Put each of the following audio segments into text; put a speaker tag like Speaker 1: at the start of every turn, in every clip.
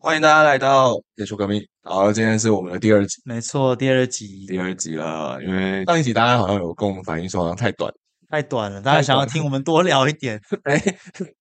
Speaker 1: 欢迎大家来到结束革命。好，今天是我们的第二集，
Speaker 2: 没错，第二集
Speaker 1: 第二集了。因为上一集大家好像有跟我们反映说好像太短，
Speaker 2: 太短了，大家想要听我们多聊一 点。
Speaker 1: 哎，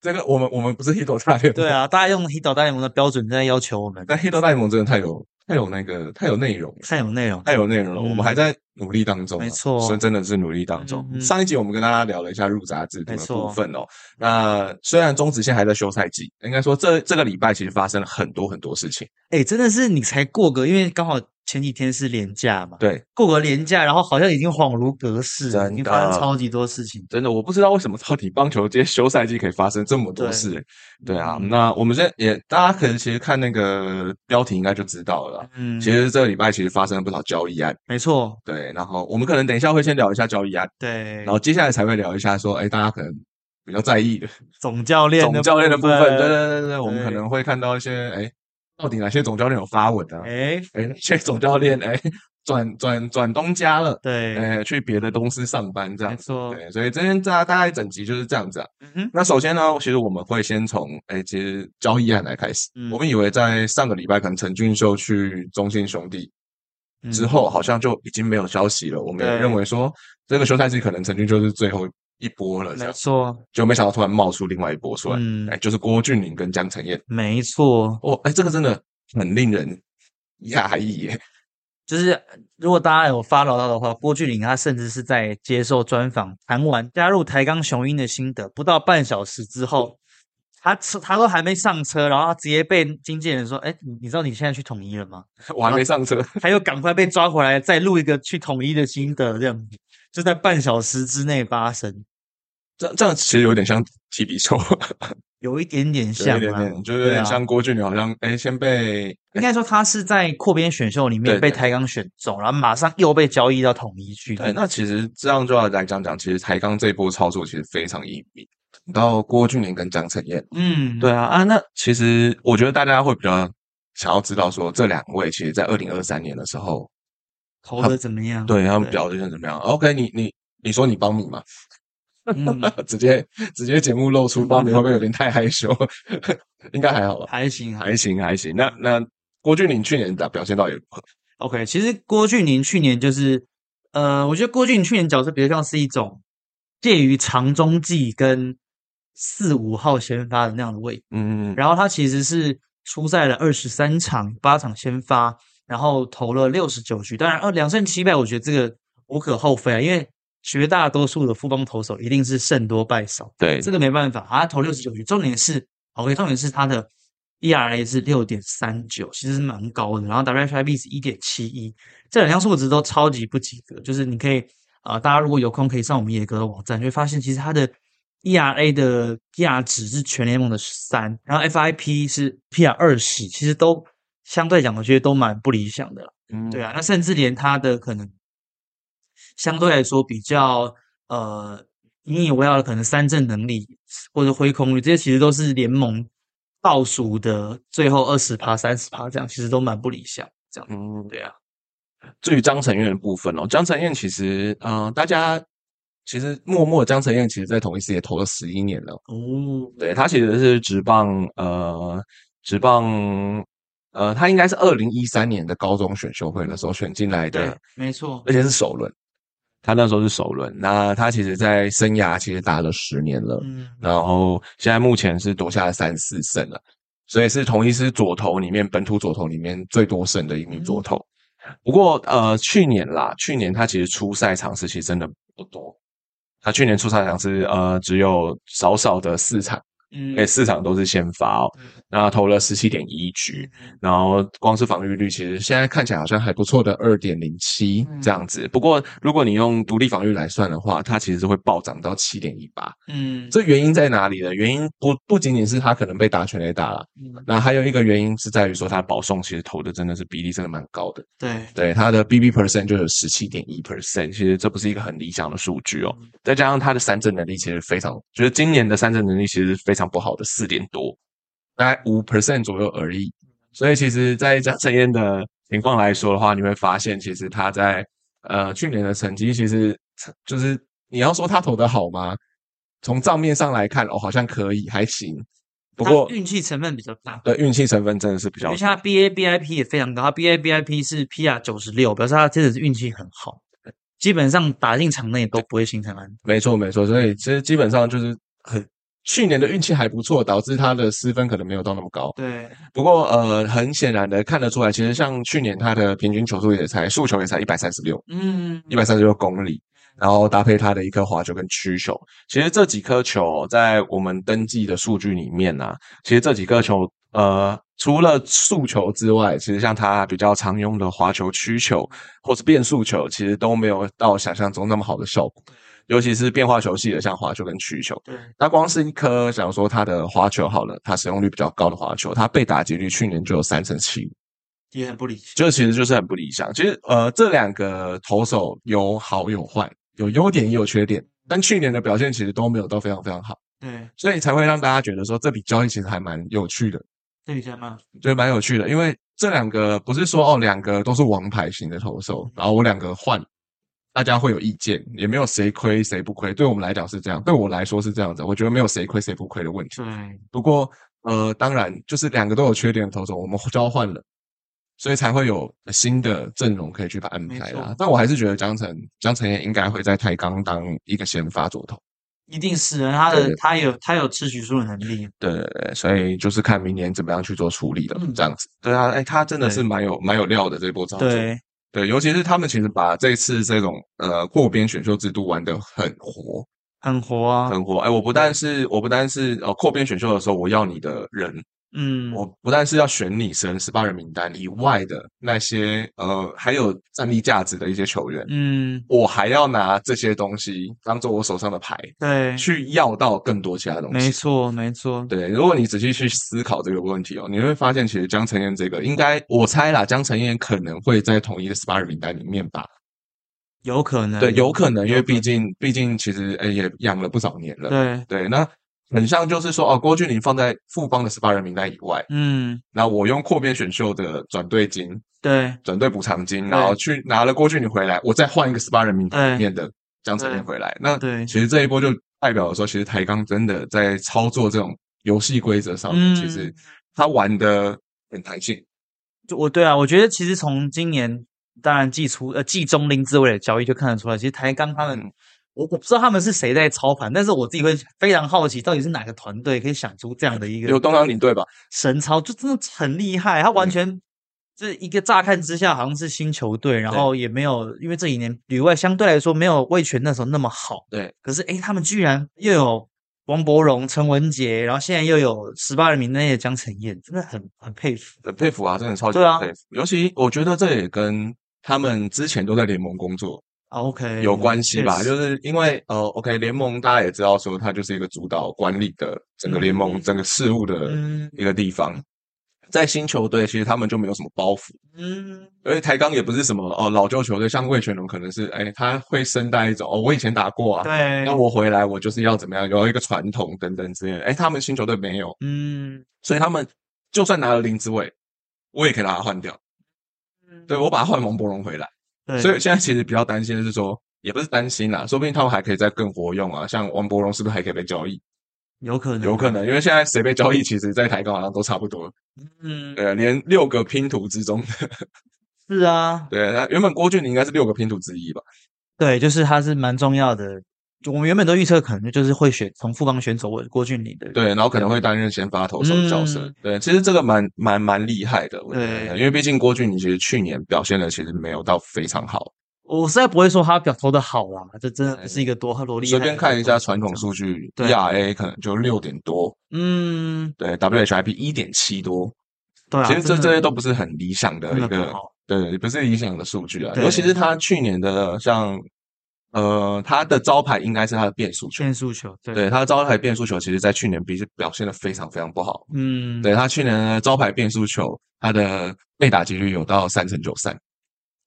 Speaker 1: 这个我们我们不是 h i t o 大联盟，
Speaker 2: 对，啊，大家用《黑岛大联盟》的标准在要求我们，
Speaker 1: 但 h i t o 大联盟真的太有太有那个太有内容了，
Speaker 2: 太有内容。
Speaker 1: 太有内容了。
Speaker 2: 嗯
Speaker 1: 我们还在努力当中啊，
Speaker 2: 没错
Speaker 1: 所以真的是努力当中。
Speaker 2: 嗯嗯
Speaker 1: 上一集我们跟大家聊了一下入闸制度
Speaker 2: 没
Speaker 1: 的
Speaker 2: 错
Speaker 1: 部分哦。那虽然中职现在还在休赛季，应该说这这个礼拜其实发生了很多很多事情。
Speaker 2: 哎，真的是你才过个，因为刚好前几天是连假嘛，
Speaker 1: 对，
Speaker 2: 过个连假，然后好像已经恍如隔世了，已
Speaker 1: 真
Speaker 2: 经发
Speaker 1: 的
Speaker 2: 生超级多事情。
Speaker 1: 真的，我不知道为什么到底棒球界休赛季可以发生这么多事。对啊，
Speaker 2: 嗯
Speaker 1: 那我们现在也大家可能其实看那个标题应该就知道了啦。
Speaker 2: 嗯，
Speaker 1: 其实这个礼拜其实发生了不少交易案，
Speaker 2: 没错，
Speaker 1: 对。然后我们可能等一下会先聊一下交易案，
Speaker 2: 对
Speaker 1: 然，后接下来才会聊一下说，哎，大家可能比较在意的
Speaker 2: 总教练，
Speaker 1: 总教练的部分。对对。对对对，我们
Speaker 2: 对
Speaker 1: 可能会看到一些，哎，到底哪些总教练有发文啊？
Speaker 2: 哎，
Speaker 1: 哎，哪些总教练哎转转转东家了，
Speaker 2: 对，
Speaker 1: 哎，去别的公司上班这样
Speaker 2: 没。错，
Speaker 1: 对，所以今天大大概整集就是这样子啊。
Speaker 2: 嗯哼，
Speaker 1: 那首先呢，其实我们会先从诶、其实交易案来开始。
Speaker 2: 嗯
Speaker 1: 我们以为在上个礼拜，可能陈俊秀去中信兄弟
Speaker 2: 嗯
Speaker 1: 之后，好像就已经没有消息了。我们也
Speaker 2: 对
Speaker 1: 认为说，这个休赛季可能陈俊秀是最后一波了，这
Speaker 2: 嗯没
Speaker 1: 样
Speaker 2: 错，
Speaker 1: 就没想到突然冒出另外一波出来，哎、
Speaker 2: 嗯
Speaker 1: 就是郭俊麟跟江承彦。
Speaker 2: 没错，
Speaker 1: 哦，哎、这个真的很令人讶异耶。
Speaker 2: 就是如果大家有 follow 到的话，郭俊麟他甚至是在接受专访谈完加入台钢雄鹰的心得，不到半小时之后，他车他都还没上车，然后他直接被经纪人说：“哎，你你知道你现在去统一了吗
Speaker 1: 我
Speaker 2: 啊
Speaker 1: 还没上车，？”
Speaker 2: 他又赶快被抓回来，再录一个去统一的心得，这样子就在半小时之内发生，
Speaker 1: 这这样其实有点像踢皮球，
Speaker 2: 有一点点
Speaker 1: 有
Speaker 2: 像
Speaker 1: 一点
Speaker 2: 啊，
Speaker 1: 点，就是有点
Speaker 2: 对啊
Speaker 1: 像郭俊麟，好像哎、先被
Speaker 2: 应该说他是在扩编选秀里
Speaker 1: 对
Speaker 2: 面被
Speaker 1: 对
Speaker 2: 台钢选中，然后马上又被交易到统一去。
Speaker 1: 对，那其实这样就要来讲讲，其实台钢这一波操作其实非常隐蔽，到郭俊麟跟张晨燕。
Speaker 2: 嗯，
Speaker 1: 对啊，啊，那其实我觉得大家会比较想要知道说，这两位其实在二零二三年的时候，
Speaker 2: 投的怎么样？
Speaker 1: 对他们表现怎么样？OK，你你你说你帮你嘛，呃
Speaker 2: 嗯，
Speaker 1: 直接直接节目露出帮你，会不会有点太害羞？ 应该还好吧，
Speaker 2: 还行，还
Speaker 1: 还行还行。那那郭俊麟去年的表现到底如何？
Speaker 2: OK，其实郭俊麟去年就是，呃，我觉得郭俊麟去年角色比较像是一种介于长中继跟四五号先发的那样的位置，
Speaker 1: 嗯，
Speaker 2: 然后他其实是出赛了二十三场，八场先发，然后投了六十九局，当然二呃两胜七败，我觉得这个无可厚非啊，因为绝大多数的富邦投手一定是胜多败少，
Speaker 1: 对
Speaker 2: 这个没办法，他投六十九局，重点是 OK，重点是他的 ERA 是六点三九，其实是蛮高的，然后 WHIP 是一点七一，这两项数值都超级不及格。就是你可以啊、呃大家如果有空可以上我们野哥的网站，就会发现其实他的 ERA 的 PR 值是全联盟的三，然后 FIP 是 PR 二十，其实都相对讲，我觉得都蛮不理想的啦。
Speaker 1: 嗯
Speaker 2: 对啊，那甚至连他的可能相对来说比较呃引以为傲的可能三振能力或者挥空率，这些其实都是联盟倒数的最后二十趴、三十趴这样，其实都蛮不理想。这样，
Speaker 1: 嗯，
Speaker 2: 对啊，
Speaker 1: 至于张承院的部分哦，张承院其实，嗯、大家其实默默张承院其实在同一时也投了十一年了。
Speaker 2: 哦，
Speaker 1: 对他其实是职棒，呃，职棒，呃，他应该是二零一三年的高中选秀会的时候选进来
Speaker 2: 对
Speaker 1: 的，，
Speaker 2: 没错，
Speaker 1: 而且是首轮。他那时候是首轮，那他其实，在生涯其实打了十年了，
Speaker 2: 嗯，
Speaker 1: 然后现在目前是夺下了三四胜了，所以是同一师左投里面本土左投里面最多胜的一名左投。
Speaker 2: 嗯
Speaker 1: 不过呃，去年啦，去年他其实出赛场次其实真的不多，他去年出赛场次呃只有少少的四场，
Speaker 2: 嗯，
Speaker 1: 哎、四场都是先发哦，那投了十七点一局，
Speaker 2: 嗯
Speaker 1: 然后光是防御率，其实现在看起来好像还不错的二点零七
Speaker 2: 嗯
Speaker 1: 这样子。不过，如果你用独立防御来算的话，它其实是会暴涨到七点一八。
Speaker 2: 嗯，
Speaker 1: 这原因在哪里呢？原因不不仅仅是他可能被打全垒打了，
Speaker 2: 嗯
Speaker 1: 那还有一个原因是在于说他保送其实投的真的是比例真的蛮高的，
Speaker 2: 对，
Speaker 1: 对他的 BB percent 就有十七点一 percent，其实这不是一个很理想的数据哦。
Speaker 2: 嗯
Speaker 1: 再加上他的三振能力其实非常，觉得今年的三振能力其实非常不好的四点多，大概五 percent 左右而已。所以其实，在张晨燕的情况来说的话，你会发现其实他在呃去年的成绩其实就是你要说他投的好吗？从账面上来看，哦，好像可以，还行。不过
Speaker 2: 它运气成分比较大。
Speaker 1: 对运气成分真的是比
Speaker 2: 因
Speaker 1: 较
Speaker 2: 为像它 BA BIP 也非常高，它 BA BIP 是 PR 九十六，表示它真的是运气很好，基本上打进场内都不会形成安打。
Speaker 1: 没错没错，所以其实基本上就是很去年的运气还不错，导致他的失分可能没有到那么高。
Speaker 2: 对，
Speaker 1: 不过呃，很显然的看得出来，其实像去年他的平均球速也才速球也才一百三十六，
Speaker 2: 嗯，
Speaker 1: 一百三十六公里，然后搭配他的一颗滑球跟曲球。其实这几颗球在我们登记的数据里面呢、啊，其实这几颗球呃，除了速球之外，其实像他比较常用的滑球、曲球或是变速球，其实都没有到想象中那么好的效果。尤其是变化球系的，像滑球跟曲球，
Speaker 2: 对，
Speaker 1: 那光是一颗，想说它的滑球好了，它使用率比较高的滑球，它被打击率去年就有三成七五，
Speaker 2: 也很不理性。
Speaker 1: 这其实就是很不理想。其实呃，这两个投手有好有坏，有优点也有缺点，但去年的表现其实都没有到非常非常好，
Speaker 2: 对，
Speaker 1: 所以才会让大家觉得说这笔交易其实还蛮有趣的，
Speaker 2: 这比较慢。
Speaker 1: 觉得蛮有趣的，因为这两个不是说哦两个都是王牌型的投手，然后我两个换。大家会有意见，也没有谁亏谁不亏。对我们来讲是这样，对我来说是这样子。我觉得没有谁亏谁不亏的问题。
Speaker 2: 对，
Speaker 1: 不过呃，当然就是两个都有缺点的投手，我们交换了，所以才会有新的阵容可以去把安排
Speaker 2: 没
Speaker 1: 啦
Speaker 2: 错。
Speaker 1: 但我还是觉得江晨江晨也应该会在台钢当一个先发左投。
Speaker 2: 一定是的他的
Speaker 1: 对
Speaker 2: 他有他有吃局数的能力。
Speaker 1: 对对对，所以就是看明年怎么样去做处理了，
Speaker 2: 嗯
Speaker 1: 这样子。对啊，哎，他真的
Speaker 2: 对
Speaker 1: 是蛮有蛮有料的这波操作。
Speaker 2: 对，
Speaker 1: 对，尤其是他们其实把这次这种呃扩编选秀制度玩得很活，
Speaker 2: 很活啊。
Speaker 1: 很活。哎，我不但是我不但是呃扩编选秀的时候我要你的人，
Speaker 2: 嗯，
Speaker 1: 我不但是要选你神十八人名单以外的那些呃还有战力价值的一些球员，
Speaker 2: 嗯，
Speaker 1: 我还要拿这些东西当做我手上的牌，
Speaker 2: 对，
Speaker 1: 去要到更多其他东
Speaker 2: 嗯没
Speaker 1: 西。
Speaker 2: 错，没错。
Speaker 1: 对，如果你仔细去思考这个问题哦，你会发现其实江承彦这个应该，我猜啦，江承彦可能会在统一的十八人名单里面吧。
Speaker 2: 有可能，
Speaker 1: 对，有可能，因为毕
Speaker 2: 嗯能
Speaker 1: 竟毕竟其实诶也养了不少年了。
Speaker 2: 对，
Speaker 1: 对，那很像就是说哦，郭俊霖放在富邦的十八人名单以外，
Speaker 2: 嗯，
Speaker 1: 那我用扩编选秀的转队金、
Speaker 2: 对，
Speaker 1: 转队补偿金，
Speaker 2: 对嗯
Speaker 1: 然后去拿了郭俊霖回来，我再换一个十八人名单里面的江晨彦回来。那
Speaker 2: 哎对
Speaker 1: 其实这一波就代表了说，其实台钢真的在操作这种游戏规则上面，
Speaker 2: 嗯，
Speaker 1: 其实他玩的很弹性。
Speaker 2: 就我对啊，我觉得其实从今年当然季初呃季中林志伟的交易就看得出来，其实台钢他们，
Speaker 1: 嗯
Speaker 2: 我我不知道他们是谁在操盘，但是我自己会非常好奇，到底是哪个团队可以想出这样的一
Speaker 1: 有
Speaker 2: 个
Speaker 1: 东洋领队吧？
Speaker 2: 神操，就真的很厉害，他完
Speaker 1: 嗯
Speaker 2: 全。这一个乍看之下好像是新球队，然后也没有，因为这几年旅外相对来说没有魏权那时候那么好，
Speaker 1: 对，
Speaker 2: 可是诶，他们居然又有王伯荣、陈文杰，然后现在又有十八人名单的江晨燕，真的很很佩服。
Speaker 1: 很佩服啊，真的超级
Speaker 2: 对啊
Speaker 1: 佩服。尤其我觉得这也跟他们之前都在联盟工作
Speaker 2: 啊 OK，
Speaker 1: 有关系吧，
Speaker 2: 确实
Speaker 1: 就是因为呃，OK，联盟大家也知道说，它就是一个主导管理的整个联盟、
Speaker 2: 嗯
Speaker 1: 整个事务的
Speaker 2: 嗯
Speaker 1: 一个地方。在新球队，其实他们就没有什么包袱，
Speaker 2: 嗯，
Speaker 1: 而且台钢也不是什么哦老旧球队，像魏全龙可能是哎，他会生带一种哦，我以前打过啊，
Speaker 2: 对，
Speaker 1: 那我回来我就是要怎么样，有一个传统等等之类的。哎，他们新球队没有，
Speaker 2: 嗯，
Speaker 1: 所以他们就算拿了林志伟，我也可以把他换掉，对我把他换王伯荣回来。
Speaker 2: 对，
Speaker 1: 所以现在其实比较担心的是说，也不是担心啦，说不定他们还可以再更活用啊。像王伯荣是不是还可以被交易？
Speaker 2: 有可能，
Speaker 1: 有可，能，因为现在谁被交易，其实在台高好像都差不多。
Speaker 2: 嗯，
Speaker 1: 对，啊连六个拼图之中，
Speaker 2: 是啊，
Speaker 1: 对，那原本郭俊霖应该是六个拼图之一吧？
Speaker 2: 对，就是他是蛮重要的。就我们原本都预测可能就是会选从富邦选走郭俊霖的，
Speaker 1: 对，然后可能会担任先发投手的角色。
Speaker 2: 嗯
Speaker 1: 对，其实这个蛮蛮蛮厉害的，我觉得，
Speaker 2: 对
Speaker 1: 因为毕竟郭俊霖其实去年表现的其实没有到非常好，
Speaker 2: 我实在不会说他表投的好啦，这真的不
Speaker 1: 对
Speaker 2: 是一个多多厉
Speaker 1: 哎
Speaker 2: 害
Speaker 1: 随
Speaker 2: 的投手。
Speaker 1: 便看一下传统数据
Speaker 2: 对
Speaker 1: ，ERA 可能就六点多，
Speaker 2: 嗯，
Speaker 1: 对，WHIP 一点七多，
Speaker 2: 对啊，
Speaker 1: 其实这
Speaker 2: 真的
Speaker 1: 这些都不是很理想的
Speaker 2: 真
Speaker 1: 一
Speaker 2: 的不
Speaker 1: 个，
Speaker 2: 好，
Speaker 1: 对，不是理想的数据啊。
Speaker 2: 对
Speaker 1: 尤其是他去年的像，呃，他的招牌应该是他的变速球，
Speaker 2: 变速球，对，
Speaker 1: 对，他的招牌变速球其实在去年比是表现的非常非常不好。
Speaker 2: 嗯，
Speaker 1: 对他去年的招牌变速球，他的被打击率有到三成九三，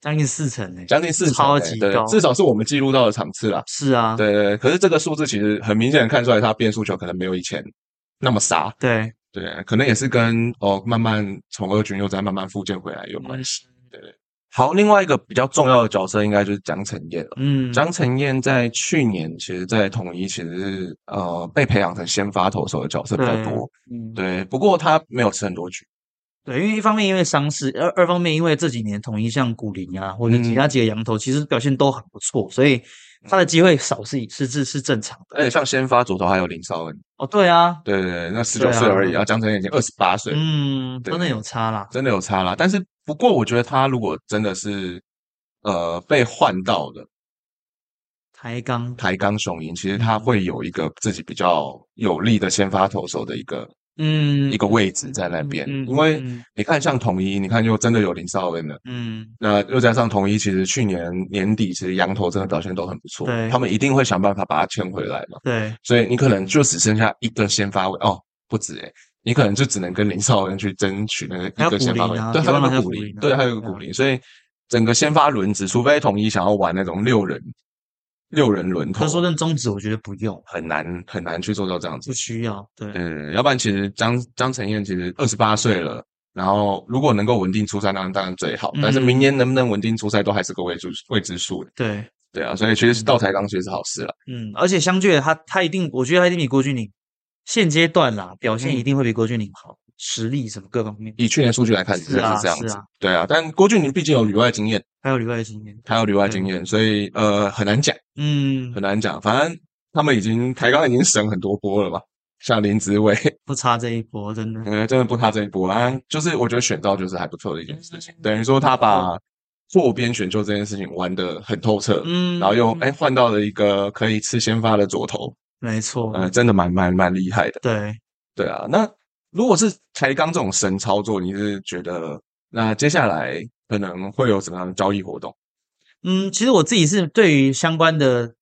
Speaker 2: 将近四成诶、
Speaker 1: 将近四成、欸
Speaker 2: 超级
Speaker 1: 对
Speaker 2: 高
Speaker 1: 至少是我们记录到的场次啦。
Speaker 2: 是啊，
Speaker 1: 对对，对可是这个数字其实很明显地看出来，他变速球可能没有以前那么杀。
Speaker 2: 对，
Speaker 1: 对，可能也是跟哦慢慢从二军又再慢慢复健回来有关系。
Speaker 2: 嗯
Speaker 1: 对对好，另外一个比较重要的角色应该就是江晨燕了。
Speaker 2: 嗯，
Speaker 1: 江晨燕在去年其实，在统一其实是呃被培养成先发投手的角色比较
Speaker 2: 对
Speaker 1: 多，
Speaker 2: 嗯
Speaker 1: 对。不过他没有吃很多局，
Speaker 2: 对，因为一方面因为伤势，二二方面因为这几年统一像古林啊，或者其
Speaker 1: 嗯
Speaker 2: 他几个羊头，其实表现都很不错，所以他的机会少是是是是正常的。
Speaker 1: 而且像先发左投还有林少恩，
Speaker 2: 哦，对啊，
Speaker 1: 对对对，那十
Speaker 2: 对
Speaker 1: 九
Speaker 2: 啊
Speaker 1: 岁而已，然后江晨燕已经二十八岁，
Speaker 2: 嗯，
Speaker 1: 对
Speaker 2: 真的有差啦。
Speaker 1: 真的有差啦。但是不过我觉得他如果真的是呃被换到的
Speaker 2: 抬杠，
Speaker 1: 台钢雄鹰，其实他
Speaker 2: 嗯
Speaker 1: 会有一个自己比较有力的先发投手的一个
Speaker 2: 嗯，
Speaker 1: 一个位置在那边，
Speaker 2: 嗯嗯
Speaker 1: 因为
Speaker 2: 嗯
Speaker 1: 你看像统一，你看又真的有林少恩了，
Speaker 2: 嗯，
Speaker 1: 那又加上统一，其实去年年底其实羊头真的表现都很不错
Speaker 2: 对，
Speaker 1: 他们一定会想办法把它签回来嘛，
Speaker 2: 对，
Speaker 1: 所以你可能就只剩下一个先发位哦，不止诶、你可能就只能跟林少恩去争取那个
Speaker 2: 还有
Speaker 1: 一个先发位
Speaker 2: 古林啊，
Speaker 1: 对，还
Speaker 2: 台
Speaker 1: 有个
Speaker 2: 湾还有
Speaker 1: 古
Speaker 2: 古
Speaker 1: 林
Speaker 2: 林，啊
Speaker 1: 对，还有个古林，所以整个先发轮子，除非统一想要玩那种六人六人轮头
Speaker 2: 他，说认中指，我觉得不用，
Speaker 1: 很难很难去做到这样子
Speaker 2: 不。需要。对，
Speaker 1: 嗯，要不然其实张张晨燕其实二十八岁了，然后如果能够稳定出赛，当然当然最好。但是
Speaker 2: 嗯
Speaker 1: 明年能不能稳定出赛，都还是个未知未知数的。
Speaker 2: 对，
Speaker 1: 对啊，所以其实到台钢其实是好事了。
Speaker 2: 嗯，而且相对的，他他一定，我觉得他一定比郭俊霖现阶段啦表现
Speaker 1: 嗯
Speaker 2: 一定会比郭俊霖好，实力什么各方面，
Speaker 1: 以去年数据来看，
Speaker 2: 是
Speaker 1: 真的
Speaker 2: 啊
Speaker 1: 是这样
Speaker 2: 是
Speaker 1: 子
Speaker 2: 啊。
Speaker 1: 对啊，但郭俊霖毕竟有旅外经验，
Speaker 2: 还有旅外的经验。
Speaker 1: 他有旅外经验，所以呃很难讲，
Speaker 2: 嗯，
Speaker 1: 很难讲。反正他们已经台钢已经省很多波了吧。像林子伟，
Speaker 2: 不差这一波，真的。
Speaker 1: 呃，真的不差这一波啊。就是我觉得选到就是还不错的一件事情，
Speaker 2: 嗯
Speaker 1: 等于说他把错边选秀这件事情玩得很透彻，
Speaker 2: 嗯，
Speaker 1: 然后又
Speaker 2: 嗯
Speaker 1: 哎，换到了一个可以吃先发的左投，
Speaker 2: 没错，
Speaker 1: 呃，真的蛮蛮蛮厉害的。
Speaker 2: 对，
Speaker 1: 对啊，那如果是台钢这种神操作，你是觉得那接下来可能会有什么样的交易活动？
Speaker 2: 嗯，其实我自己是对于相关的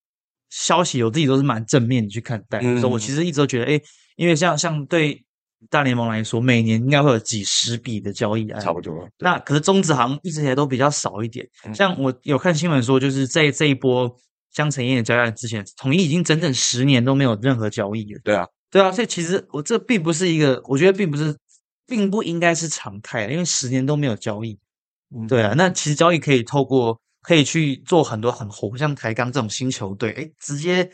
Speaker 2: 消息，我自己都是蛮正面的去看待。所以
Speaker 1: 嗯
Speaker 2: 我其实一直都觉得，哎，因为像像对大联盟来说，每年应该会有几十笔的交易案，
Speaker 1: 差不多，
Speaker 2: 那可是中职行一直以来都比较少一点，
Speaker 1: 嗯
Speaker 2: 像我有看新闻说，就是在这一波江承燕的交易案之前，统一已经整整十年都没有任何交易了。
Speaker 1: 对啊，
Speaker 2: 对啊，所以其实我这并不是一个，我觉得并不是，并不应该是常态，啊因为十年都没有交易。
Speaker 1: 嗯
Speaker 2: 对啊，那其实交易可以透过可以去做很多很火，像台钢这种新球队，哎，直接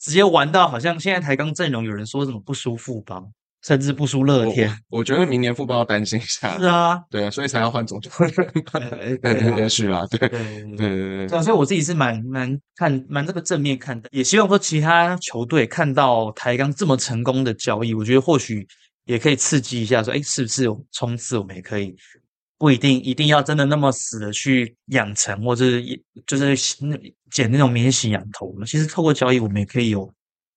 Speaker 2: 直接玩到好像现在台钢阵容有人说什么不输富邦，甚至不输乐
Speaker 1: 我
Speaker 2: 天。
Speaker 1: 我觉得明年富邦要担心一下
Speaker 2: 是， 啊，
Speaker 1: 对啊，所以才要换总教练嘛。
Speaker 2: 呃
Speaker 1: 对
Speaker 2: 对 啊
Speaker 1: 也许啊，对对
Speaker 2: 对
Speaker 1: 对对
Speaker 2: 对
Speaker 1: 对，
Speaker 2: 啊，所以我自己是蛮蛮看蛮这个正面看的，也希望说其他球队看到台钢这么成功的交易，我觉得或许也可以刺激一下说，哎，是不是有冲刺我们也可以，不一定一定要真的那么死的去养成，或者是也就是那捡那种免洗羊头嘛。其实透过交易，我们也可以有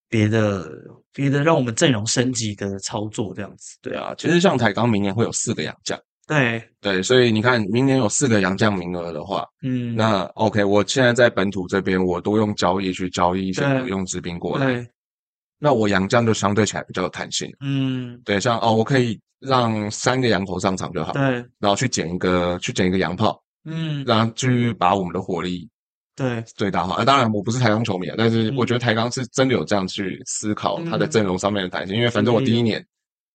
Speaker 2: 别的别的让我们阵容升级的操作，这样子。对
Speaker 1: 对
Speaker 2: 啊，
Speaker 1: 啊，其实像台钢明年会有四个洋将，
Speaker 2: 对，
Speaker 1: 对，所以你看明年有四个洋将名额的话，
Speaker 2: 嗯，
Speaker 1: 那 OK，我现在在本土这边，我多用交易去交易一些
Speaker 2: 对
Speaker 1: 不用之兵过来，
Speaker 2: 对，
Speaker 1: 那我洋将就相对起来比较有弹性。
Speaker 2: 嗯，
Speaker 1: 对，像哦，我可以让三个羊头上场就好，
Speaker 2: 对，
Speaker 1: 然后去捡一个去捡一个洋炮，
Speaker 2: 嗯，
Speaker 1: 然后去把我们的火力
Speaker 2: 对，
Speaker 1: 最大化。啊，当然我不是台钢球迷啊，但是
Speaker 2: 嗯
Speaker 1: 我觉得台钢是真的有这样去思考他的
Speaker 2: 嗯
Speaker 1: 阵容上面的弹性，因为反正我第一年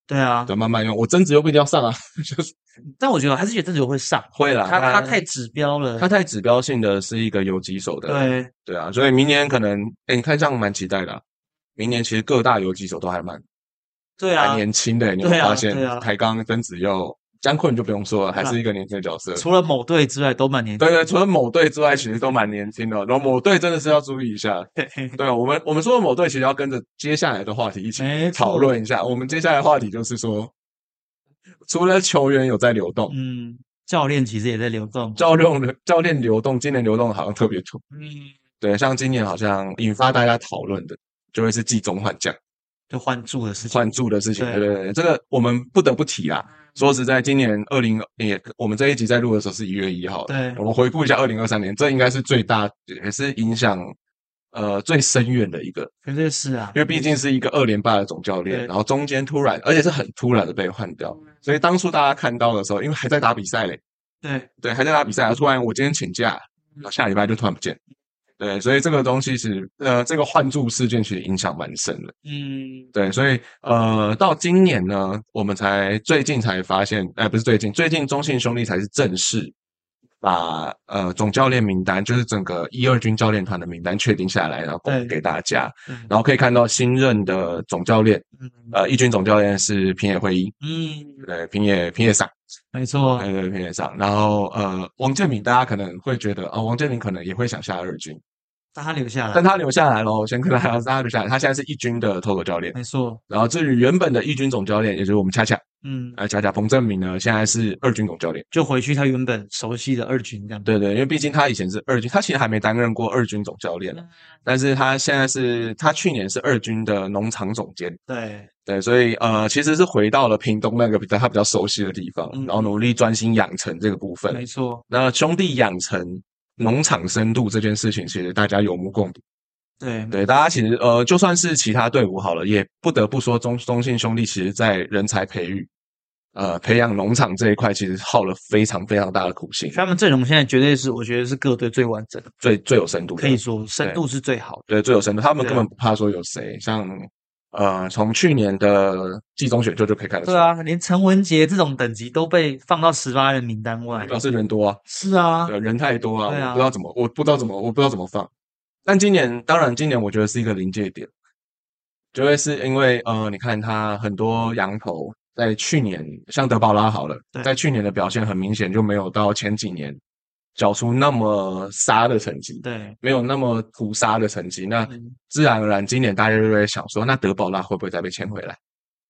Speaker 2: 对啊，
Speaker 1: 就慢慢用，我增值又不一定要上啊，就是
Speaker 2: 但我觉得我还是觉得邓紫棋会上，
Speaker 1: 会啦。
Speaker 2: 他他
Speaker 1: 当然
Speaker 2: 太指标了，
Speaker 1: 他太指标性的是一个游击手的，
Speaker 2: 对
Speaker 1: 对啊，所以明年可能，哎，你看这样蛮期待的啊、明年其实各大游击手都还蛮
Speaker 2: 对
Speaker 1: 蛮
Speaker 2: 啊，
Speaker 1: 年轻的，你会
Speaker 2: 对啊
Speaker 1: 发现
Speaker 2: 对啊
Speaker 1: 台钢跟子佑、江坤就不用说了，还是一个年轻的角色。
Speaker 2: 除了某队之外都蛮年轻
Speaker 1: 对，对，除了某队之外，其实都蛮年轻的。哦然后某队真的是要注意一下。
Speaker 2: 对
Speaker 1: 对啊，我们我们说的某队，其实要跟着接下来的话题一起
Speaker 2: 没错
Speaker 1: 讨论一下。我们接下来的话题就是说，除了球员有在流动，
Speaker 2: 嗯，教练其实也在流动，
Speaker 1: 教练教练流动，今年流动好像特别多。
Speaker 2: 嗯，
Speaker 1: 对，像今年好像引发大家讨论的，就会是季中换将。
Speaker 2: 就换柱的事情，
Speaker 1: 换住的事情，
Speaker 2: 对
Speaker 1: 对对对，这个我们不得不提啦。说实在，今年二零也，我们这一集在录的时候是一月一号的，
Speaker 2: 对
Speaker 1: 我们回顾一下二零二三年，这应该是最大也是影响呃最深远的一个，
Speaker 2: 绝对是啊
Speaker 1: 因，为毕竟是一个二连霸的总教练，
Speaker 2: 对
Speaker 1: 然后中间突然，而且是很突然的被换掉，所以当初大家看到的时候，因为还在打比赛嘞，
Speaker 2: 对，
Speaker 1: 对，还在打比赛，啊突然我今天请假，然后下礼拜就突然不见，对，所以这个东西是呃这个换住事件其实影响蛮深的。
Speaker 2: 嗯，
Speaker 1: 对，所以呃，到今年呃呢，我们才最近才发现，哎、不是最近，最近中信兄弟才是正式把呃总教练名单，就是整个一二军教练团的名单确定下来，然后公布
Speaker 2: 对
Speaker 1: 给大家。
Speaker 2: 嗯
Speaker 1: 然后可以看到新任的总教练，
Speaker 2: 嗯
Speaker 1: 呃，一军总教练是平野会一，
Speaker 2: 嗯，
Speaker 1: 对，平野平野赏，
Speaker 2: 没错，
Speaker 1: 对对，平野赏。然后呃，王建民大家可能会觉得，哦，王建民可能也会想下二军，
Speaker 2: 但他留下
Speaker 1: 但
Speaker 2: 来，
Speaker 1: 他留下来了，先跟大家 说他留下来，他现在是一军的投手教练。
Speaker 2: 没错，
Speaker 1: 然后至于原本的一军总教练，也就是我们恰恰，
Speaker 2: 嗯，
Speaker 1: 呃，恰恰彭正明呢，现在是二军总教练。
Speaker 2: 就回去他原本熟悉的二军这样，
Speaker 1: 对对，因为毕竟他以前是二军，他其实还没担任过二军总教练啊
Speaker 2: 嗯
Speaker 1: 但是他现在是他去年是二军的农场总监，
Speaker 2: 对，
Speaker 1: 对，所以呃，其实是回到了屏东那个比较他比较熟悉的地方，
Speaker 2: 嗯
Speaker 1: 然后努力专心养成这个部分
Speaker 2: 没。错，
Speaker 1: 那兄弟养成农场深度这件事情，其实大家有目共睹。
Speaker 2: 对，
Speaker 1: 对，大家其实呃，就算是其他队伍好了，也不得不说中中信兄弟其实在人才培育、呃培养农场这一块，其实耗了非常非常大的苦心，
Speaker 2: 他们阵容现在绝对是我觉得是各队最完整的，
Speaker 1: 最最有深度的，
Speaker 2: 可以说深
Speaker 1: 对
Speaker 2: 度是最好的。
Speaker 1: 对最有深度。他们
Speaker 2: 对啊
Speaker 1: 根本不怕说有谁，像呃，从去年的季中选秀就可以看得出
Speaker 2: 对
Speaker 1: 来，
Speaker 2: 啊，连陈文杰这种等级都被放到十八人名单外。
Speaker 1: 表示人多啊。
Speaker 2: 是啊，
Speaker 1: 对，人太多啊，
Speaker 2: 对
Speaker 1: 我
Speaker 2: 啊嗯
Speaker 1: 不知道怎么，我不知道怎么，我不知道怎么放。但今年，当然，今年我觉得是一个临界点，就会是因为呃，你看他很多羊头在去年，像德保拉好了，
Speaker 2: 对
Speaker 1: 在去年的表现很明显就没有到前几年缴出那么杀的成绩，
Speaker 2: 对，
Speaker 1: 没有那么屠杀的成绩。那
Speaker 2: 嗯
Speaker 1: 自然而然，今年大家就会想说，那德保拉会不会再被签回来？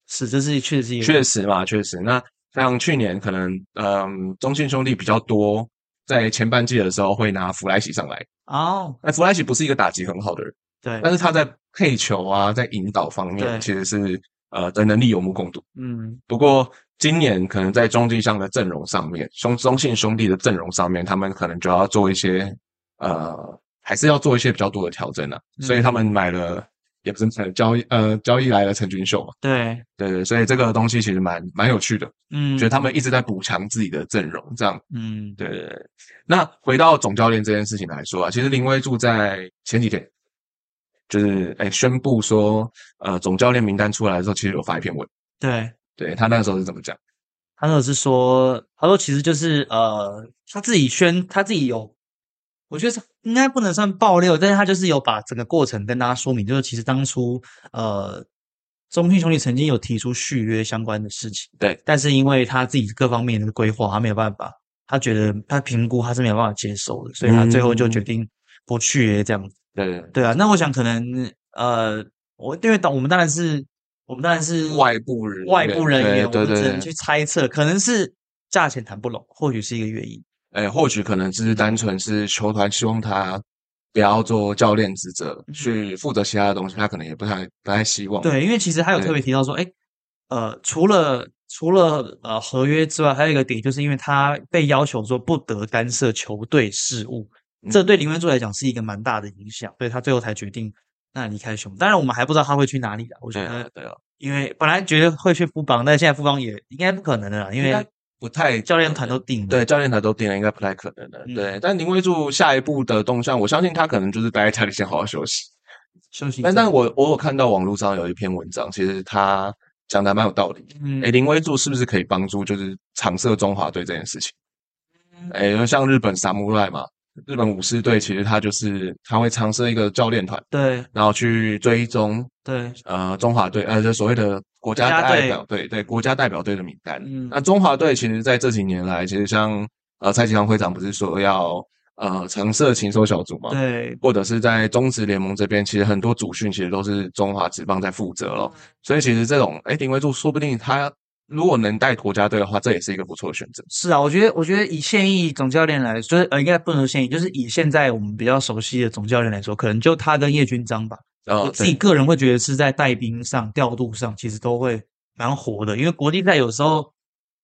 Speaker 2: 是，这是确实有
Speaker 1: 确实嘛，确实。那像去年可能，嗯，中信兄弟比较多，在前半季的时候会拿弗莱喜上来。
Speaker 2: 哦，
Speaker 1: 那弗莱喜不是一个打击很好的人，
Speaker 2: 对，
Speaker 1: 但是他在配球啊，在引导方面
Speaker 2: 对
Speaker 1: 其实是呃的能力有目共睹。
Speaker 2: 嗯，
Speaker 1: 不过今年可能在中继上的阵容上面，兄中信兄弟的阵容上面，他们可能就要做一些呃，还是要做一些比较多的调整啊。所以他们买了，也不是买了交易呃交易来了陈俊秀嘛，
Speaker 2: 对，
Speaker 1: 对对，所以这个东西其实蛮蛮有趣的。
Speaker 2: 嗯，
Speaker 1: 觉得他们一直在补强自己的阵容，这样
Speaker 2: 嗯，
Speaker 1: 对对对。那回到总教练这件事情来说啊，其实林威柱在前几天就是哎宣布说，呃，总教练名单出来的时候，其实有发一篇文，
Speaker 2: 对，
Speaker 1: 对他那时候是怎么讲？
Speaker 2: 他那个是说，他说其实就是呃，他自己宣，他自己有，我觉得是应该不能算爆料，但是他就是有把整个过程跟大家说明，就是其实当初呃，中信兄弟曾经有提出续约相关的事情，
Speaker 1: 对，
Speaker 2: 但是因为他自己各方面的规划，他没有办法，他觉得他评估他是没有办法接受的，所以他最后就决
Speaker 1: 嗯
Speaker 2: 定不续约这样子。
Speaker 1: 对对对
Speaker 2: 对啊，那我想可能呃，我因为当我们当然是我们当然是
Speaker 1: 外部人
Speaker 2: 外部人员，我
Speaker 1: 对
Speaker 2: 们
Speaker 1: 对
Speaker 2: 只能
Speaker 1: 对
Speaker 2: 去
Speaker 1: 对，
Speaker 2: 猜测，可能是价钱谈不拢，或许是一个原因。
Speaker 1: 哎，或许可能只是单纯是球团希望他。不要做教练职责，
Speaker 2: 嗯
Speaker 1: 去负责其他的东西，他可能也不太不太希望。
Speaker 2: 对，因为其实还有特
Speaker 1: 哦对
Speaker 2: 别提到说，哎，呃，除了除了呃合约之外，还有一个点，就是因为他被要求说不得干涉球队事务，这
Speaker 1: 嗯
Speaker 2: 对林文柱来讲是一个蛮大的影响，所以他最后才决定那离开熊。当然，我们还不知道他会去哪里啊，我觉
Speaker 1: 对啊
Speaker 2: 得，
Speaker 1: 对啊，
Speaker 2: 因为本来觉得会去富邦，但现在富邦也应该不可能的啦，因
Speaker 1: 应该
Speaker 2: 为
Speaker 1: 不太
Speaker 2: 教练团都定了。
Speaker 1: 对，教练团都定了，应该不太可能的。
Speaker 2: 嗯
Speaker 1: 对，但林威柱下一步的动向，我相信他可能就是待在家里先好好休息。
Speaker 2: 休息一下。
Speaker 1: 但但我我有看到网络上有一篇文章，其实他讲的蛮有道理。
Speaker 2: 嗯
Speaker 1: 诶，林威柱是不是可以帮助就是场设中华队这件事情？
Speaker 2: 嗯
Speaker 1: 诶，因为像日本 Samurai 嘛，日本武士队其实他就是他会常设一个教练团，
Speaker 2: 对
Speaker 1: 然后去追踪
Speaker 2: 对，
Speaker 1: 呃中华队呃就所谓的国
Speaker 2: 国
Speaker 1: 家
Speaker 2: 家
Speaker 1: 代
Speaker 2: 队
Speaker 1: 表队对国家代表队的名单。
Speaker 2: 嗯
Speaker 1: 那中华队其实在这几年来，其实像呃蔡其昌会长不是说要呃常设禽兽小组嘛，
Speaker 2: 对，
Speaker 1: 或者是在中职联盟这边，其实很多主训其实都是中华职棒在负责咯。所以其实这种哎林威柱，说不定他如果能带国家队的话，这也是一个不错的选择。
Speaker 2: 是啊，我觉得，我觉得以现役总教练来，就是呃，应该不能说现役，就是以现在我们比较熟悉的总教练来说，可能就他跟叶军章吧。我
Speaker 1: 呃，
Speaker 2: 自己
Speaker 1: 对
Speaker 2: 个人会觉得是在带兵上、调度上，其实都会蛮火的，因为国际赛有时候，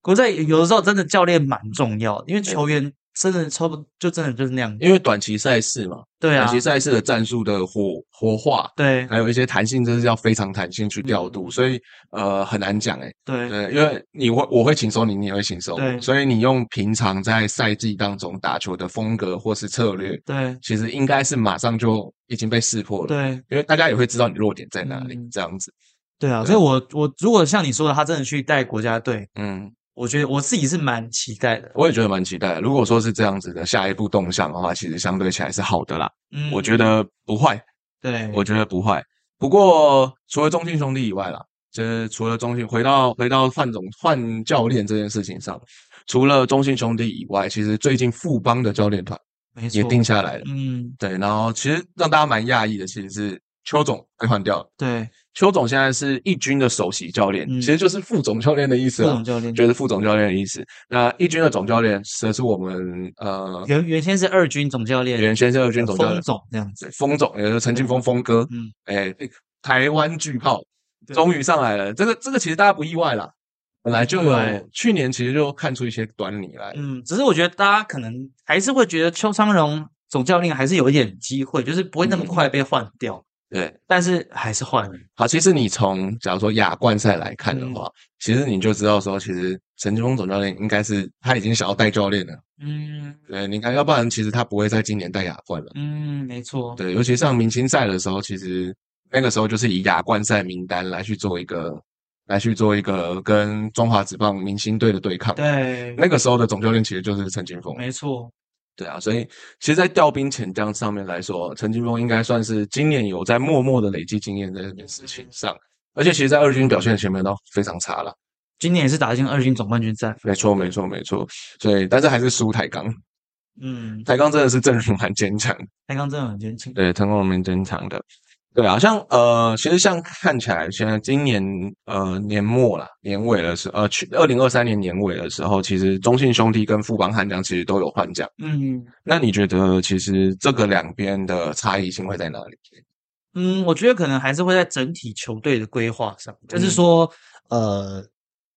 Speaker 2: 国际赛有的时候真的教练蛮重要的，因为球员真的差不多就真的就是那样。
Speaker 1: 因为短期赛事嘛，
Speaker 2: 对
Speaker 1: 短
Speaker 2: 啊
Speaker 1: 期，赛事的战术的活活化，
Speaker 2: 对
Speaker 1: 还有一些弹性，这是要非常弹性去调
Speaker 2: 嗯
Speaker 1: 度，所以呃很难讲哎、
Speaker 2: 对
Speaker 1: 对，因为你会我会请收你，你也会请收
Speaker 2: 对
Speaker 1: 我，所以你用平常在赛季当中打球的风格或是策略，
Speaker 2: 对
Speaker 1: 其实应该是马上就已经被识破了，
Speaker 2: 对
Speaker 1: 因为大家也会知道你弱点在哪里，
Speaker 2: 嗯
Speaker 1: 这样子，
Speaker 2: 对啊！所以我我如果像你说的，他真的去带国家队，
Speaker 1: 嗯，
Speaker 2: 我觉得我自己是蛮期待的。
Speaker 1: 我也觉得蛮期待的。如果说是这样子的下一步动向的话，其实相对起来是好的啦，
Speaker 2: 嗯，
Speaker 1: 我觉得不坏，
Speaker 2: 对，
Speaker 1: 我觉得不坏。不过除了中信兄弟以外啦，就是除了中信，回到回到范总换教练这件事情上，除了中信兄弟以外，其实最近富邦的教练团
Speaker 2: 没错，
Speaker 1: 也定下来了。
Speaker 2: 嗯，
Speaker 1: 对，然后其实让大家蛮讶异的，其实是邱总被换掉了。
Speaker 2: 对，
Speaker 1: 邱总现在是一军的首席教练，
Speaker 2: 嗯
Speaker 1: 其实就是副总教练的意思
Speaker 2: 副
Speaker 1: 啦。
Speaker 2: 总教
Speaker 1: 啊
Speaker 2: 练
Speaker 1: 就是副总教练的意思。那一军的总教练则是我们呃
Speaker 2: 原原先是二军总教练，
Speaker 1: 原先是二军总教
Speaker 2: 风
Speaker 1: 练
Speaker 2: 总这样子，
Speaker 1: 风总，也就是陈金峰峰哥，
Speaker 2: 嗯，
Speaker 1: 哎、台湾巨炮
Speaker 2: 对
Speaker 1: 终于上来了。这个这个其实大家不意外啦，本来就
Speaker 2: 对
Speaker 1: 有去年其实就看出一些端倪来。
Speaker 2: 嗯，只是我觉得大家可能还是会觉得邱昌荣总教练还是有一点机会，就是不会那么
Speaker 1: 嗯
Speaker 2: 快被换掉，
Speaker 1: 对，
Speaker 2: 但是还是换了，
Speaker 1: 好，其实你从假如说亚冠赛来看的话，其实你就知道说，其实陈金峰总教练应该是他已经想要带教练了。
Speaker 2: 嗯
Speaker 1: 对，你看，要不然其实他不会在今年带亚冠了。
Speaker 2: 嗯，没错，
Speaker 1: 对，尤其上明星赛的时候，其实那个时候就是以亚冠赛名单来去做一个，来去做一个跟中华职棒明星队的对抗。，
Speaker 2: 对，
Speaker 1: 那个时候的总教练其实就是陈金峰。
Speaker 2: 没错，
Speaker 1: 对啊，所以其实，在调兵遣将上面来说，陈金峰应该算是今年有在默默的累积经验在这件事情上，而且其实，在二军表现前面都非常差了。
Speaker 2: 今年也是打进二军总冠军战，
Speaker 1: 没错，没错，没错。所以，但是还是输台钢，
Speaker 2: 嗯，
Speaker 1: 台钢真的是阵容蛮坚强的
Speaker 2: 台钢真的很年轻，
Speaker 1: 对，成功人民珍藏的。对啊，像呃，其实像看起来，现在今年呃年末啦，年尾的时候，呃，去二零二三年年尾的时候，其实中信兄弟跟富邦悍将其实都有换将。
Speaker 2: 嗯。
Speaker 1: 那你觉得，其实这个两边的差异性会在哪里？
Speaker 2: 嗯，我觉得可能还是会在整体球队的规划上，就是
Speaker 1: 嗯
Speaker 2: 说，呃，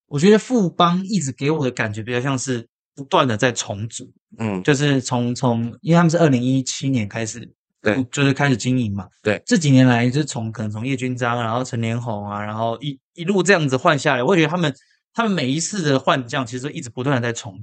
Speaker 2: 我觉得富邦一直给我的感觉比较像是不断的在重组，
Speaker 1: 嗯，
Speaker 2: 就是从从，因为他们是二零一七年开始，
Speaker 1: 对，
Speaker 2: 就是开始经营嘛，
Speaker 1: 对，
Speaker 2: 这几年来就是从可能从叶军章，然后陈连红啊，然后一一路这样子换下来，我也觉得他们他们每一次的换将其实都一直不断的在重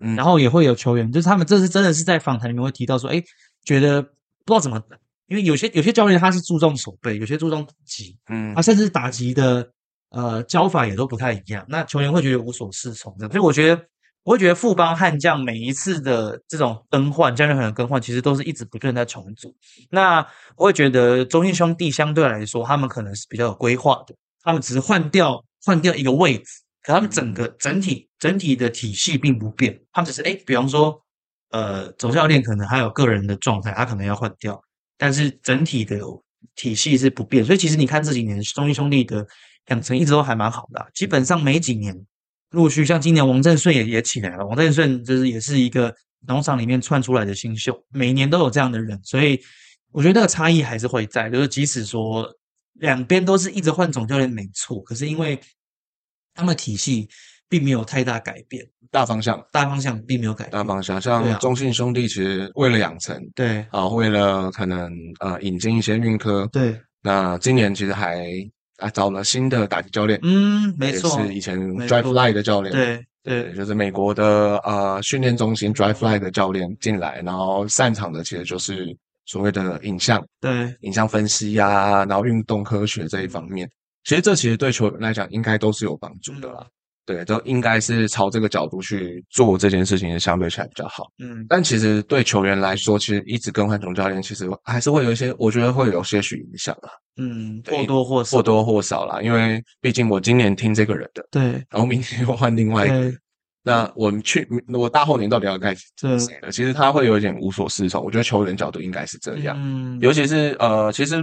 Speaker 1: 嗯
Speaker 2: 然后也会有球员，就是他们这次真的是在访谈里面会提到说，哎，觉得不知道怎么打，因为有些有些教练他是注重手背，有些注重打击，
Speaker 1: 嗯
Speaker 2: 啊，甚至打击的呃教法也都不太一样，那球员会觉得无所适从的。所以我觉得，我会觉得富邦悍将每一次的这种更换，教练团的更换，其实都是一直不断在重组。那我会觉得中信兄弟相对来说，他们可能是比较有规划的，他们只是换掉换掉一个位置，可他们整个整体整体的体系并不变，他们只是哎，比方说呃总教练可能还有个人的状态，他可能要换掉，但是整体的体系是不变，所以其实你看这几年中信兄弟的养成一直都还蛮好的啊、基本上每几年陆续像今年王振顺也也起来了，王振顺就是也是一个农场里面窜出来的新秀，每年都有这样的人，所以我觉得那个差异还是会在，就是即使说两边都是一直换总教练没错，可是因为他们的体系并没有太大改变，
Speaker 1: 大方向，
Speaker 2: 大方向并没有改
Speaker 1: 大
Speaker 2: 变，
Speaker 1: 方向。
Speaker 2: 对啊
Speaker 1: 像中信兄弟，其实为了养成
Speaker 2: 对
Speaker 1: 啊、为了可能呃引进一些运科，
Speaker 2: 对，
Speaker 1: 那今年其实还啊找了新的打击教练，
Speaker 2: 嗯，没
Speaker 1: 也
Speaker 2: 错，
Speaker 1: 是以前
Speaker 2: 没
Speaker 1: Drive
Speaker 2: 错
Speaker 1: Line 的教练，
Speaker 2: 对
Speaker 1: 对，
Speaker 2: 对，
Speaker 1: 就是美国的呃训练中心 Drive Fly 的教练进来，然后擅长的其实就是所谓的影像、
Speaker 2: 对，
Speaker 1: 影像分析呀、啊，然后运动科学
Speaker 2: 嗯
Speaker 1: 这一方面。其实这其实对球员来讲，应该都是有帮助
Speaker 2: 嗯
Speaker 1: 的啦。对，都应该是朝这个角度去做这件事情，相对起来比较好。
Speaker 2: 嗯，
Speaker 1: 但其实对球员来说，其实一直更换总教练，其实还是会有一些，我觉得会有些许影响啦，
Speaker 2: 嗯，
Speaker 1: 对
Speaker 2: 或多或少，
Speaker 1: 或多或少啦。因为毕竟我今年听这个人的，
Speaker 2: 对
Speaker 1: 然后明天又换另外一个人
Speaker 2: 对
Speaker 1: 那我们去，我大后年到底要该
Speaker 2: 对，
Speaker 1: 谁了？其实他会有一点无所适从。我觉得球员角度应该是这样，
Speaker 2: 嗯，
Speaker 1: 尤其是呃，其实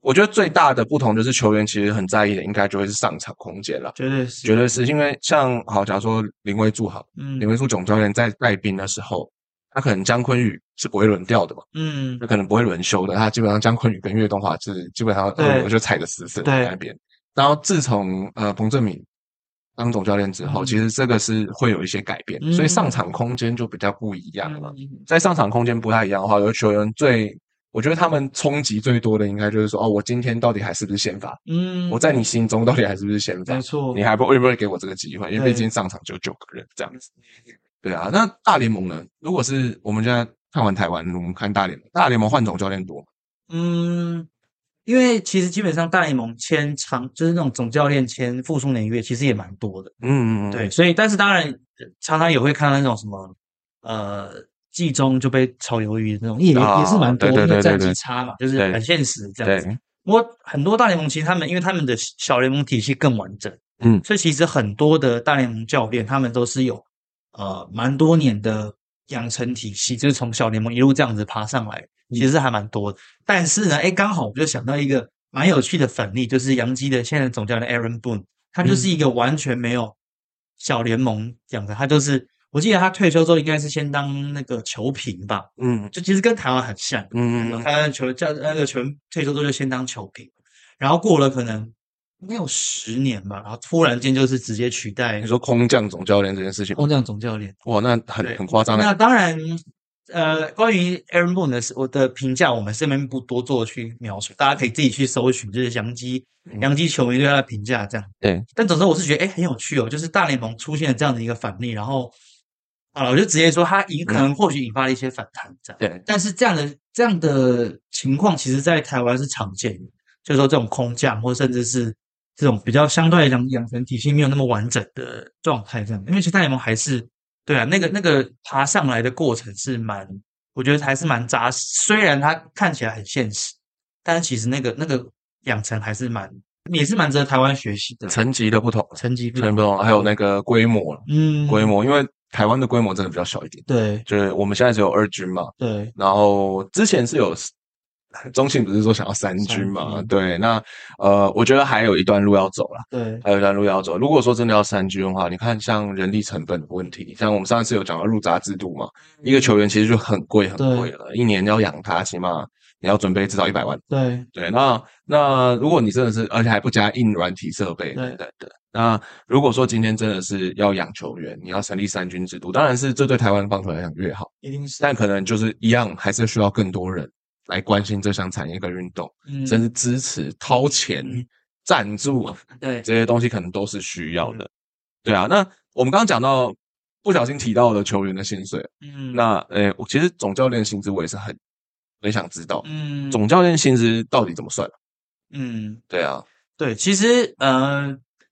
Speaker 1: 我觉得最大的不同就是球员其实很在意的，应该就会是上场空间了。
Speaker 2: 绝对是，
Speaker 1: 绝对是因为像好，假如说林威柱好，
Speaker 2: 嗯
Speaker 1: 林威柱总教练在带兵的时候，他可能姜昆宇是不会轮调的嘛，
Speaker 2: 嗯
Speaker 1: 就可能不会轮休的。他基本上姜昆宇跟岳东华是基本上
Speaker 2: 对
Speaker 1: 呃我就踩的死死的
Speaker 2: 对
Speaker 1: 那边。然后自从呃彭正明当总教练之后，
Speaker 2: 嗯
Speaker 1: 其实这个是会有一些改变，
Speaker 2: 嗯
Speaker 1: 所以上场空间就比较不一样了。
Speaker 2: 嗯
Speaker 1: 在上场空间不太一样的话，有球员最我觉得他们冲击最多的应该就是说哦，我今天到底还是不是先发？
Speaker 2: 嗯，
Speaker 1: 我在你心中到底还是不是先发
Speaker 2: 没？错，
Speaker 1: 你还不会不会给我这个机会？因为
Speaker 2: 对
Speaker 1: 毕竟上场就九个人这样子。对啊，那大联盟呢？如果是我们现在看完台湾，我们看大联盟，大联盟换总教练多吗，
Speaker 2: 嗯，因为其实基本上大联盟签长就是那种总教练签复数年约，其实也蛮多的。
Speaker 1: 嗯，嗯嗯
Speaker 2: 对，所以但是当然呃常常也会看到那种什么呃季中就被炒鱿鱼的那种，也、
Speaker 1: 啊
Speaker 2: 也是蛮多，
Speaker 1: 对对
Speaker 2: 因为
Speaker 1: 对对
Speaker 2: 战绩
Speaker 1: 对
Speaker 2: 差嘛，就是
Speaker 1: 对
Speaker 2: 很现实这样子。
Speaker 1: 对，
Speaker 2: 不过很多大联盟其实他们因为他们的小联盟体系更完整，
Speaker 1: 嗯
Speaker 2: 所以其实很多的大联盟教练他们都是有呃蛮多年的养成体系，就是从小联盟一路这样子爬上来，其实还蛮多的。但是呢，哎，刚好我就想到一个蛮有趣的反例，就是洋基的现在总教练 Aaron Boone，他就是一个完全没有小联盟养的，他就是我记得他退休之后应该是先当那个球评吧，
Speaker 1: 嗯
Speaker 2: 就其实跟台湾很像。
Speaker 1: 嗯
Speaker 2: 然后
Speaker 1: 嗯，
Speaker 2: 他球教那个球员退休之后就先当球评，然后过了可能没有十年吧，然后突然间就是直接取代
Speaker 1: 你说空降总教练这件事情，
Speaker 2: 空降总教练。
Speaker 1: 哇，那很
Speaker 2: 对
Speaker 1: 很夸张欸
Speaker 2: 那当然，呃，关于 Aaron Boone 的我的评价，我们这边不多做去描述，大家可以自己去搜寻，就是洋基
Speaker 1: 嗯
Speaker 2: 洋基球迷对他的评价这样。
Speaker 1: 对，
Speaker 2: 但总之我是觉得，哎，很有趣哦，就是大联盟出现了这样的一个反例，然后好了，我就直接说他
Speaker 1: 嗯
Speaker 2: 引可能或许引发了一些反弹这样。
Speaker 1: 对，
Speaker 2: 但是这样的这样的情况，其实在台湾是常见的，就是说这种空降，或甚至是这种比较相对来讲养成体系没有那么完整的状态，这样。因为其实大联盟还是对啊，那个那个爬上来的过程是蛮，我觉得还是蛮扎实。虽然它看起来很现实，但是其实那个那个养成还是蛮也是蛮值得台湾学习的。
Speaker 1: 层级的不同，
Speaker 2: 成绩不
Speaker 1: 层级不同，还有那个规模，
Speaker 2: 嗯，
Speaker 1: 规模，因为台湾的规模真的比较小一点，
Speaker 2: 对
Speaker 1: 就是我们现在只有二军嘛，
Speaker 2: 对
Speaker 1: 然后之前是有中信不是说想要三
Speaker 2: 三
Speaker 1: 军嘛？
Speaker 2: 军
Speaker 1: 对，那呃，我觉得还有一段路要走啦，
Speaker 2: 对
Speaker 1: 还有一段路要走。如果说真的要三军的话，你看像人力成本的问题，像我们上一次有讲到入闸制度嘛，一个球员其实就很贵很贵了，一年要养他起码你要准备至少一百万。
Speaker 2: 对
Speaker 1: 对，那那如果你真的是，而且还不加硬软体设备
Speaker 2: 对
Speaker 1: 等等的，那如果说今天真的是要养球员，你要成立三军制度，当然是这对台湾棒球来讲越好。
Speaker 2: 一定是
Speaker 1: 但可能就是一样，还是需要更多人来关心这项产业跟运动，
Speaker 2: 嗯
Speaker 1: 甚至支持、掏钱
Speaker 2: 嗯、
Speaker 1: 赞助啊
Speaker 2: 对
Speaker 1: 这些东西，可能都是需要
Speaker 2: 嗯
Speaker 1: 的。对啊，那我们刚刚讲到不小心提到了球员的薪水，
Speaker 2: 嗯
Speaker 1: 那呃，我其实总教练薪资我也是很很想知道，
Speaker 2: 嗯
Speaker 1: 总教练薪资到底怎么算？啊
Speaker 2: 嗯。
Speaker 1: 对啊，
Speaker 2: 对，其实呃，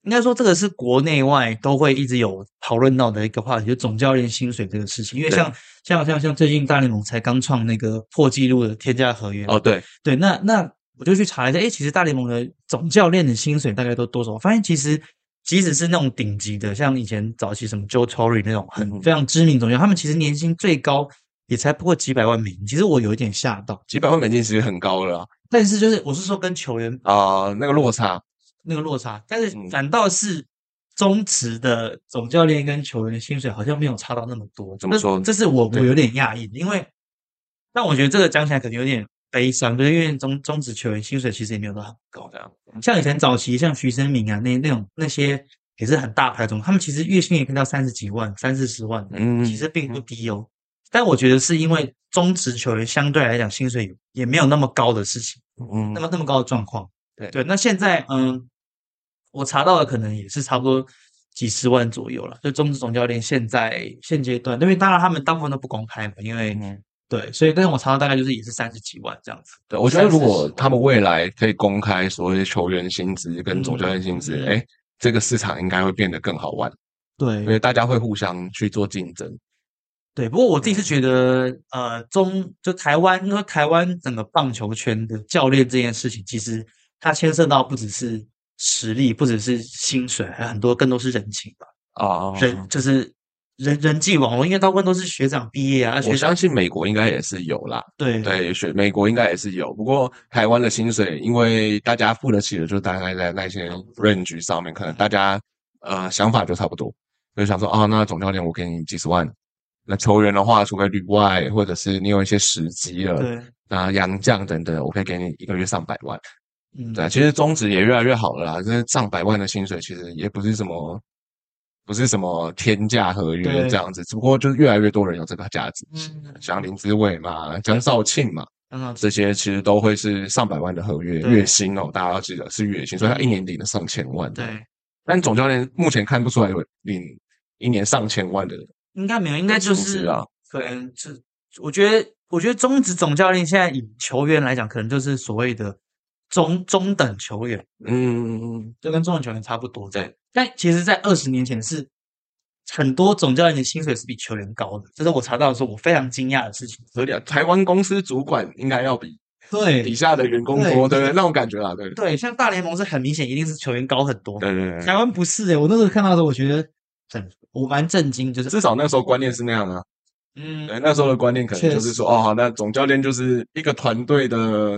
Speaker 2: 应该说这个是国内外都会一直有讨论到的一个话题，就总教练薪水这个事情。因为
Speaker 1: 对
Speaker 2: 像像像像最近大联盟才刚创那个破纪录的天价合约嘛
Speaker 1: 哦对，
Speaker 2: 对，那那我就去查一下，诶，其实大联盟的总教练的薪水大概都多少？我发现其实即使是那种顶级的，像以前早期什么 Joe Torre 那种很
Speaker 1: 嗯
Speaker 2: 非常知名总教练，他们其实年薪最高也才不过几百万美金。其实我有一点吓到，
Speaker 1: 几百万美金其实很高了啊
Speaker 2: 但是就是我是说跟球员
Speaker 1: 啊、那个落差，
Speaker 2: 那个落差，但是
Speaker 1: 嗯
Speaker 2: 反倒是中职的总教练跟球员的薪水好像没有差到那么多。
Speaker 1: 怎么
Speaker 2: 这
Speaker 1: 说
Speaker 2: 这是我我
Speaker 1: 对
Speaker 2: 有点讶异的，因为但我觉得这个讲起来可能有点悲伤，就是因为中中职球员薪水其实也没有到很高
Speaker 1: 这样
Speaker 2: 像以前早期像徐生明啊那那种那些也是很大牌的总，他们其实月薪也可以到三十几万、三四十万的，
Speaker 1: 嗯
Speaker 2: 其实并不低哦。但我觉得是因为中职球员相对来讲薪水也也没有那么高的事情。
Speaker 1: 嗯
Speaker 2: 那么那么高的状况。
Speaker 1: 对
Speaker 2: 对，那现在嗯，我查到的可能也是差不多几十万左右了。就中职总教练现在现阶段，因为当然他们大部分都不公开嘛，因为、
Speaker 1: 嗯
Speaker 2: 对，所以但是我查到大概就是也是三十几万这样子。
Speaker 1: 对，我觉得如果
Speaker 2: 30
Speaker 1: 他们未来可以公开所谓球员薪资跟总教练薪资，
Speaker 2: 嗯嗯
Speaker 1: 哎、这个市场应该会变得更好玩，因
Speaker 2: 对
Speaker 1: 为大家会互相去做竞争。
Speaker 2: 对，不过我自己是觉得，呃，中就台湾，因为台湾整个棒球圈的教练这件事情，其实它牵涉到不只是实力，不只是薪水，还有很多更多是人情吧，
Speaker 1: 啊
Speaker 2: 人就是人人际网络，因为大部分都是学长毕业啊，学
Speaker 1: 我
Speaker 2: 长
Speaker 1: 相信美国应该也是有啦，
Speaker 2: 对
Speaker 1: 对，学美国应该也是有。不过台湾的薪水，因为大家付得起的，就大概在那些 range 上面，可能大家呃想法就差不多，就想说啊，那总教练我给你几十万，那球员的话，除非旅外或者是你有一些时机了，
Speaker 2: 对，
Speaker 1: 那洋将等等，我可以给你一个月上百万。
Speaker 2: 嗯，
Speaker 1: 对啊，其实中职也越来越好了啦，这上百万的薪水其实也不是什么，不是什么天价合约
Speaker 2: 对
Speaker 1: 这样子，只不过就是越来越多人有这个价值，
Speaker 2: 嗯
Speaker 1: 像林志伟嘛、江少庆嘛，
Speaker 2: 很好吃，
Speaker 1: 这些其实都会是上百万的合约，
Speaker 2: 对
Speaker 1: 月薪哦，大家要记得是月薪，所以他一年领了上千万。，
Speaker 2: 对，
Speaker 1: 但总教练目前看不出来有领一年上千万的，
Speaker 2: 应该没有，应该就
Speaker 1: 数值
Speaker 2: 是
Speaker 1: 啊
Speaker 2: 可能是，我觉得，我觉得中职总教练现在以球员来讲，可能就是所谓的中中等球员，
Speaker 1: 嗯，
Speaker 2: 就跟中等球员差不多这样。但其实，在二十年前是很多总教练的薪水是比球员高的，这是我查到的时候我非常惊讶的事情。
Speaker 1: 合理啊。台湾公司主管应该要比底
Speaker 2: 对
Speaker 1: 下的员工多，对不对？那种感觉啊，对对
Speaker 2: 对，像大联盟是很明显一定是球员高很多，
Speaker 1: 对对对，
Speaker 2: 台湾不是诶、欸我那时候看到的时候，我觉得很我蛮震惊，就是
Speaker 1: 至少那时候观念是那样啊。
Speaker 2: 嗯
Speaker 1: 对，那时候的观念可能就
Speaker 2: 确
Speaker 1: 是
Speaker 2: 实
Speaker 1: 说，哦，好，那总教练就是一个团队的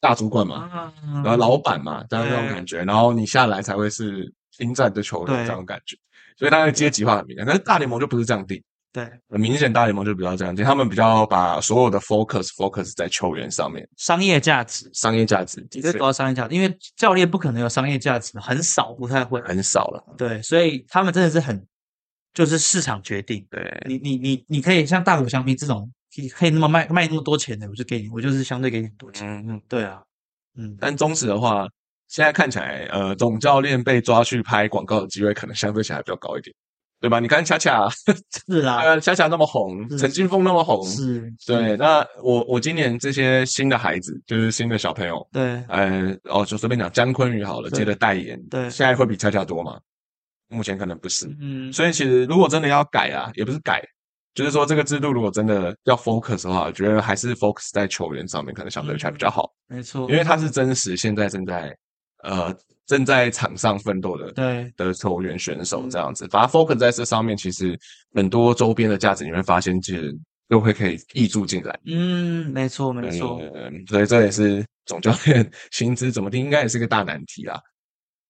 Speaker 1: 大主管嘛，
Speaker 2: 啊，
Speaker 1: 然后老板嘛，这样那种
Speaker 2: 对
Speaker 1: 感觉，然后你下来才会是新战的球员
Speaker 2: 对
Speaker 1: 这种感觉，所以他的阶级化很明显。但是大联盟就不是这样定，
Speaker 2: 对
Speaker 1: 很明显大联盟就比较这样定，他们比较把所有的 focus focus 在球员上面，
Speaker 2: 商业价值，
Speaker 1: 商业价值的
Speaker 2: 最
Speaker 1: 确
Speaker 2: 高商业价值，因为教练不可能有商业价值，很少，不太会。
Speaker 1: 很少了。
Speaker 2: 对，所以他们真的是很，就是市场决定。
Speaker 1: 对，
Speaker 2: 你你你你可以像大股香槟这种，可以可以那么卖卖那么多钱的，我就给你，我就是相对给你很多钱。
Speaker 1: 嗯，
Speaker 2: 对啊，嗯，
Speaker 1: 但中职的话，现在看起来，呃，总教练被抓去拍广告的机会可能相对起来比较高一点，对吧？你看恰恰，
Speaker 2: 是啦，
Speaker 1: 呃，恰恰那么红，
Speaker 2: 啊是
Speaker 1: 陈金峰那么红，
Speaker 2: 是，是，
Speaker 1: 嗯对。那我我今年这些新的孩子，就是新的小朋友，
Speaker 2: 对
Speaker 1: 呃，哦，就随便讲姜昆宇好了，
Speaker 2: 对
Speaker 1: 接的代言，
Speaker 2: 对，
Speaker 1: 现在会比恰恰多吗？目前可能不是。
Speaker 2: 嗯，
Speaker 1: 所以其实如果真的要改啊，也不是改，就是说这个制度如果真的要 focus 的话，我觉得还是 focus 在球员上面，可能相对起来比较好。
Speaker 2: 没错，
Speaker 1: 因为他是真实现在正在呃正在场上奋斗的
Speaker 2: 对
Speaker 1: 的球员选手
Speaker 2: 嗯
Speaker 1: 这样子，把它 focus 在这上面，其实很多周边的价值你会发现，其实又会可以溢注进来。
Speaker 2: 嗯，没错，没错，
Speaker 1: 呃，所以这也是总教练薪资怎么定，应该也是个大难题啦。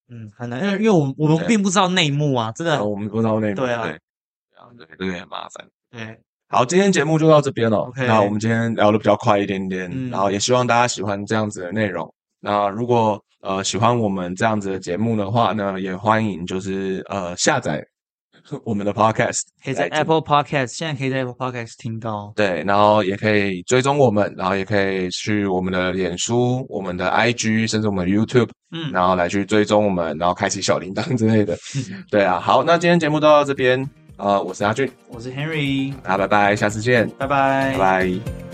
Speaker 2: 嗯，很难，因为因为我们我们
Speaker 1: 对哦
Speaker 2: 并不知道内幕啊，真的
Speaker 1: 然后，我们不知道内幕，
Speaker 2: 对啊
Speaker 1: 对，对，这个也很麻烦。
Speaker 2: 对，
Speaker 1: 好，今天节目就到这边了。
Speaker 2: OK
Speaker 1: 那我们今天聊的比较快一点点，
Speaker 2: 嗯
Speaker 1: 然后也希望大家喜欢这样子的内容。那如果呃喜欢我们这样子的节目的话呢，也欢迎就是呃下载 我们的 Podcast，
Speaker 2: 可以在
Speaker 1: 来听
Speaker 2: Apple Podcast，现在可以在 Apple Podcast 听到，
Speaker 1: 对，然后也可以追踪我们，然后也可以去我们的脸书、我们的 IG，甚至我们的 YouTube，
Speaker 2: 嗯，
Speaker 1: 然后来去追踪我们，然后开启小铃铛之类的。
Speaker 2: 嗯
Speaker 1: 对啊，好，那今天节目就到这边。呃，我是阿俊，
Speaker 2: 我是 Henry，
Speaker 1: 大家拜拜，下次见，
Speaker 2: 拜拜
Speaker 1: 拜拜